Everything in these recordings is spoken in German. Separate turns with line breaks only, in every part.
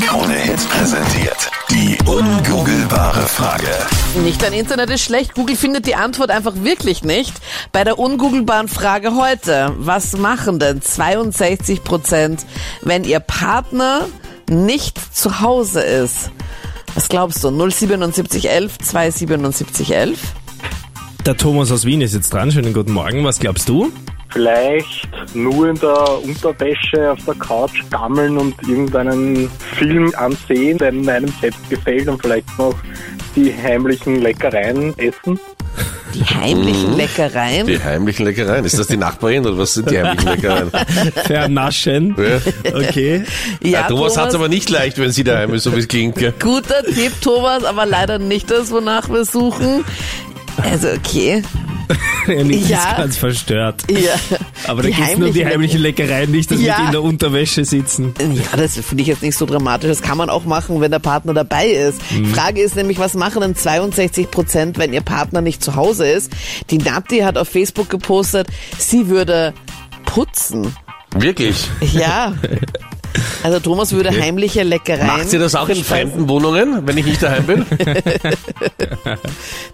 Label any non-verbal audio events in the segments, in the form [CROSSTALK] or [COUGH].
Krone Hits präsentiert die ungoogelbare Frage.
Nicht dein Internet ist schlecht. Google findet die Antwort einfach wirklich nicht. Bei der ungoogelbaren Frage heute. Was machen denn 62 Prozent, wenn ihr Partner nicht zu Hause ist? Was glaubst du? 07711 27711?
Der Thomas aus Wien ist jetzt dran. Schönen guten Morgen. Was glaubst du?
vielleicht nur in der Unterwäsche auf der Couch gammeln und irgendeinen Film ansehen, der einem selbst gefällt und vielleicht noch die heimlichen Leckereien essen.
Die heimlichen Leckereien?
Mhm. Die heimlichen Leckereien. Ist das die Nachbarin oder was sind die heimlichen Leckereien?
Vernaschen.
[LAUGHS] Ja.
Okay.
Ah, Thomas hat es aber nicht leicht, wenn sie daheim ist, so wie es klingt. gell?
Guter Tipp, Thomas, aber leider nicht das, wonach wir suchen. Also, okay.
Er nickt,
Ja.
ist ganz verstört.
[LAUGHS] Ja.
Aber da geht's nur um die heimlichen Leckereien, nicht, dass
Ja.
wir die in der Unterwäsche sitzen.
Ja, das finde ich jetzt nicht so dramatisch. Das kann man auch machen, wenn der Partner dabei ist.
Mhm.
Frage ist nämlich, was machen denn 62 Prozent, wenn ihr Partner nicht zu Hause ist? Die Nati hat auf Facebook gepostet, sie würde putzen.
Wirklich. [LAUGHS]
Ja. Also Thomas würde heimliche Leckereien.
Macht sie das auch in fremden Wohnungen, wenn ich nicht daheim bin?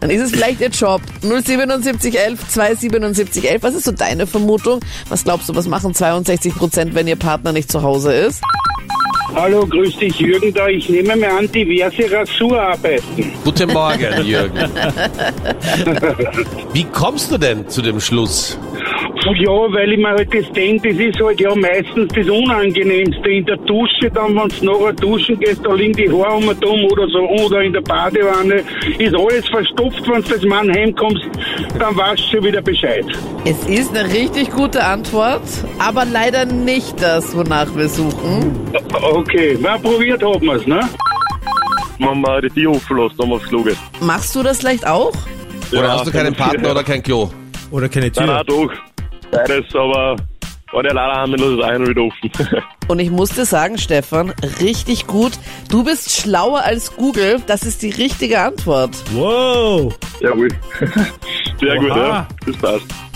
Dann ist es vielleicht ihr Job. 07711 27711. Was ist so deine Vermutung? Was glaubst du, was machen 62 Prozent, wenn ihr Partner nicht zu Hause ist?
Hallo, grüß dich, Jürgen da. Ich nehme mir an diverse Rasurarbeiten.
Guten Morgen, Jürgen. Wie kommst du denn zu dem Schluss?
Ja, weil ich mir halt das denke, das ist halt ja meistens das Unangenehmste. In der Dusche dann, wenn du nachher duschen gehst, da liegen die Haare um und um oder so, oder in der Badewanne, ist alles verstopft, wenn du das Mann heimkommst, dann weißt du schon wieder Bescheid.
Es ist eine richtig gute Antwort, aber leider nicht das, wonach wir suchen.
Okay, na, probiert hat man es, ne?
wenn man die Tür offen lässt, haben wir es gelogen.
Machst du das vielleicht auch?
Oder
Ja,
hast du keinen Partner oder kein Klo?
Oder keine Tür.
Nein, nein, doch. Beides, aber wenn ich leider haben, dann ist es einer wieder [LAUGHS] offen.
Und ich muss dir sagen, Stefan, richtig gut. Du bist schlauer als Google. Das ist die richtige Antwort.
Wow.
Jawohl. Sehr gut,
Oha.
ja. Das passt.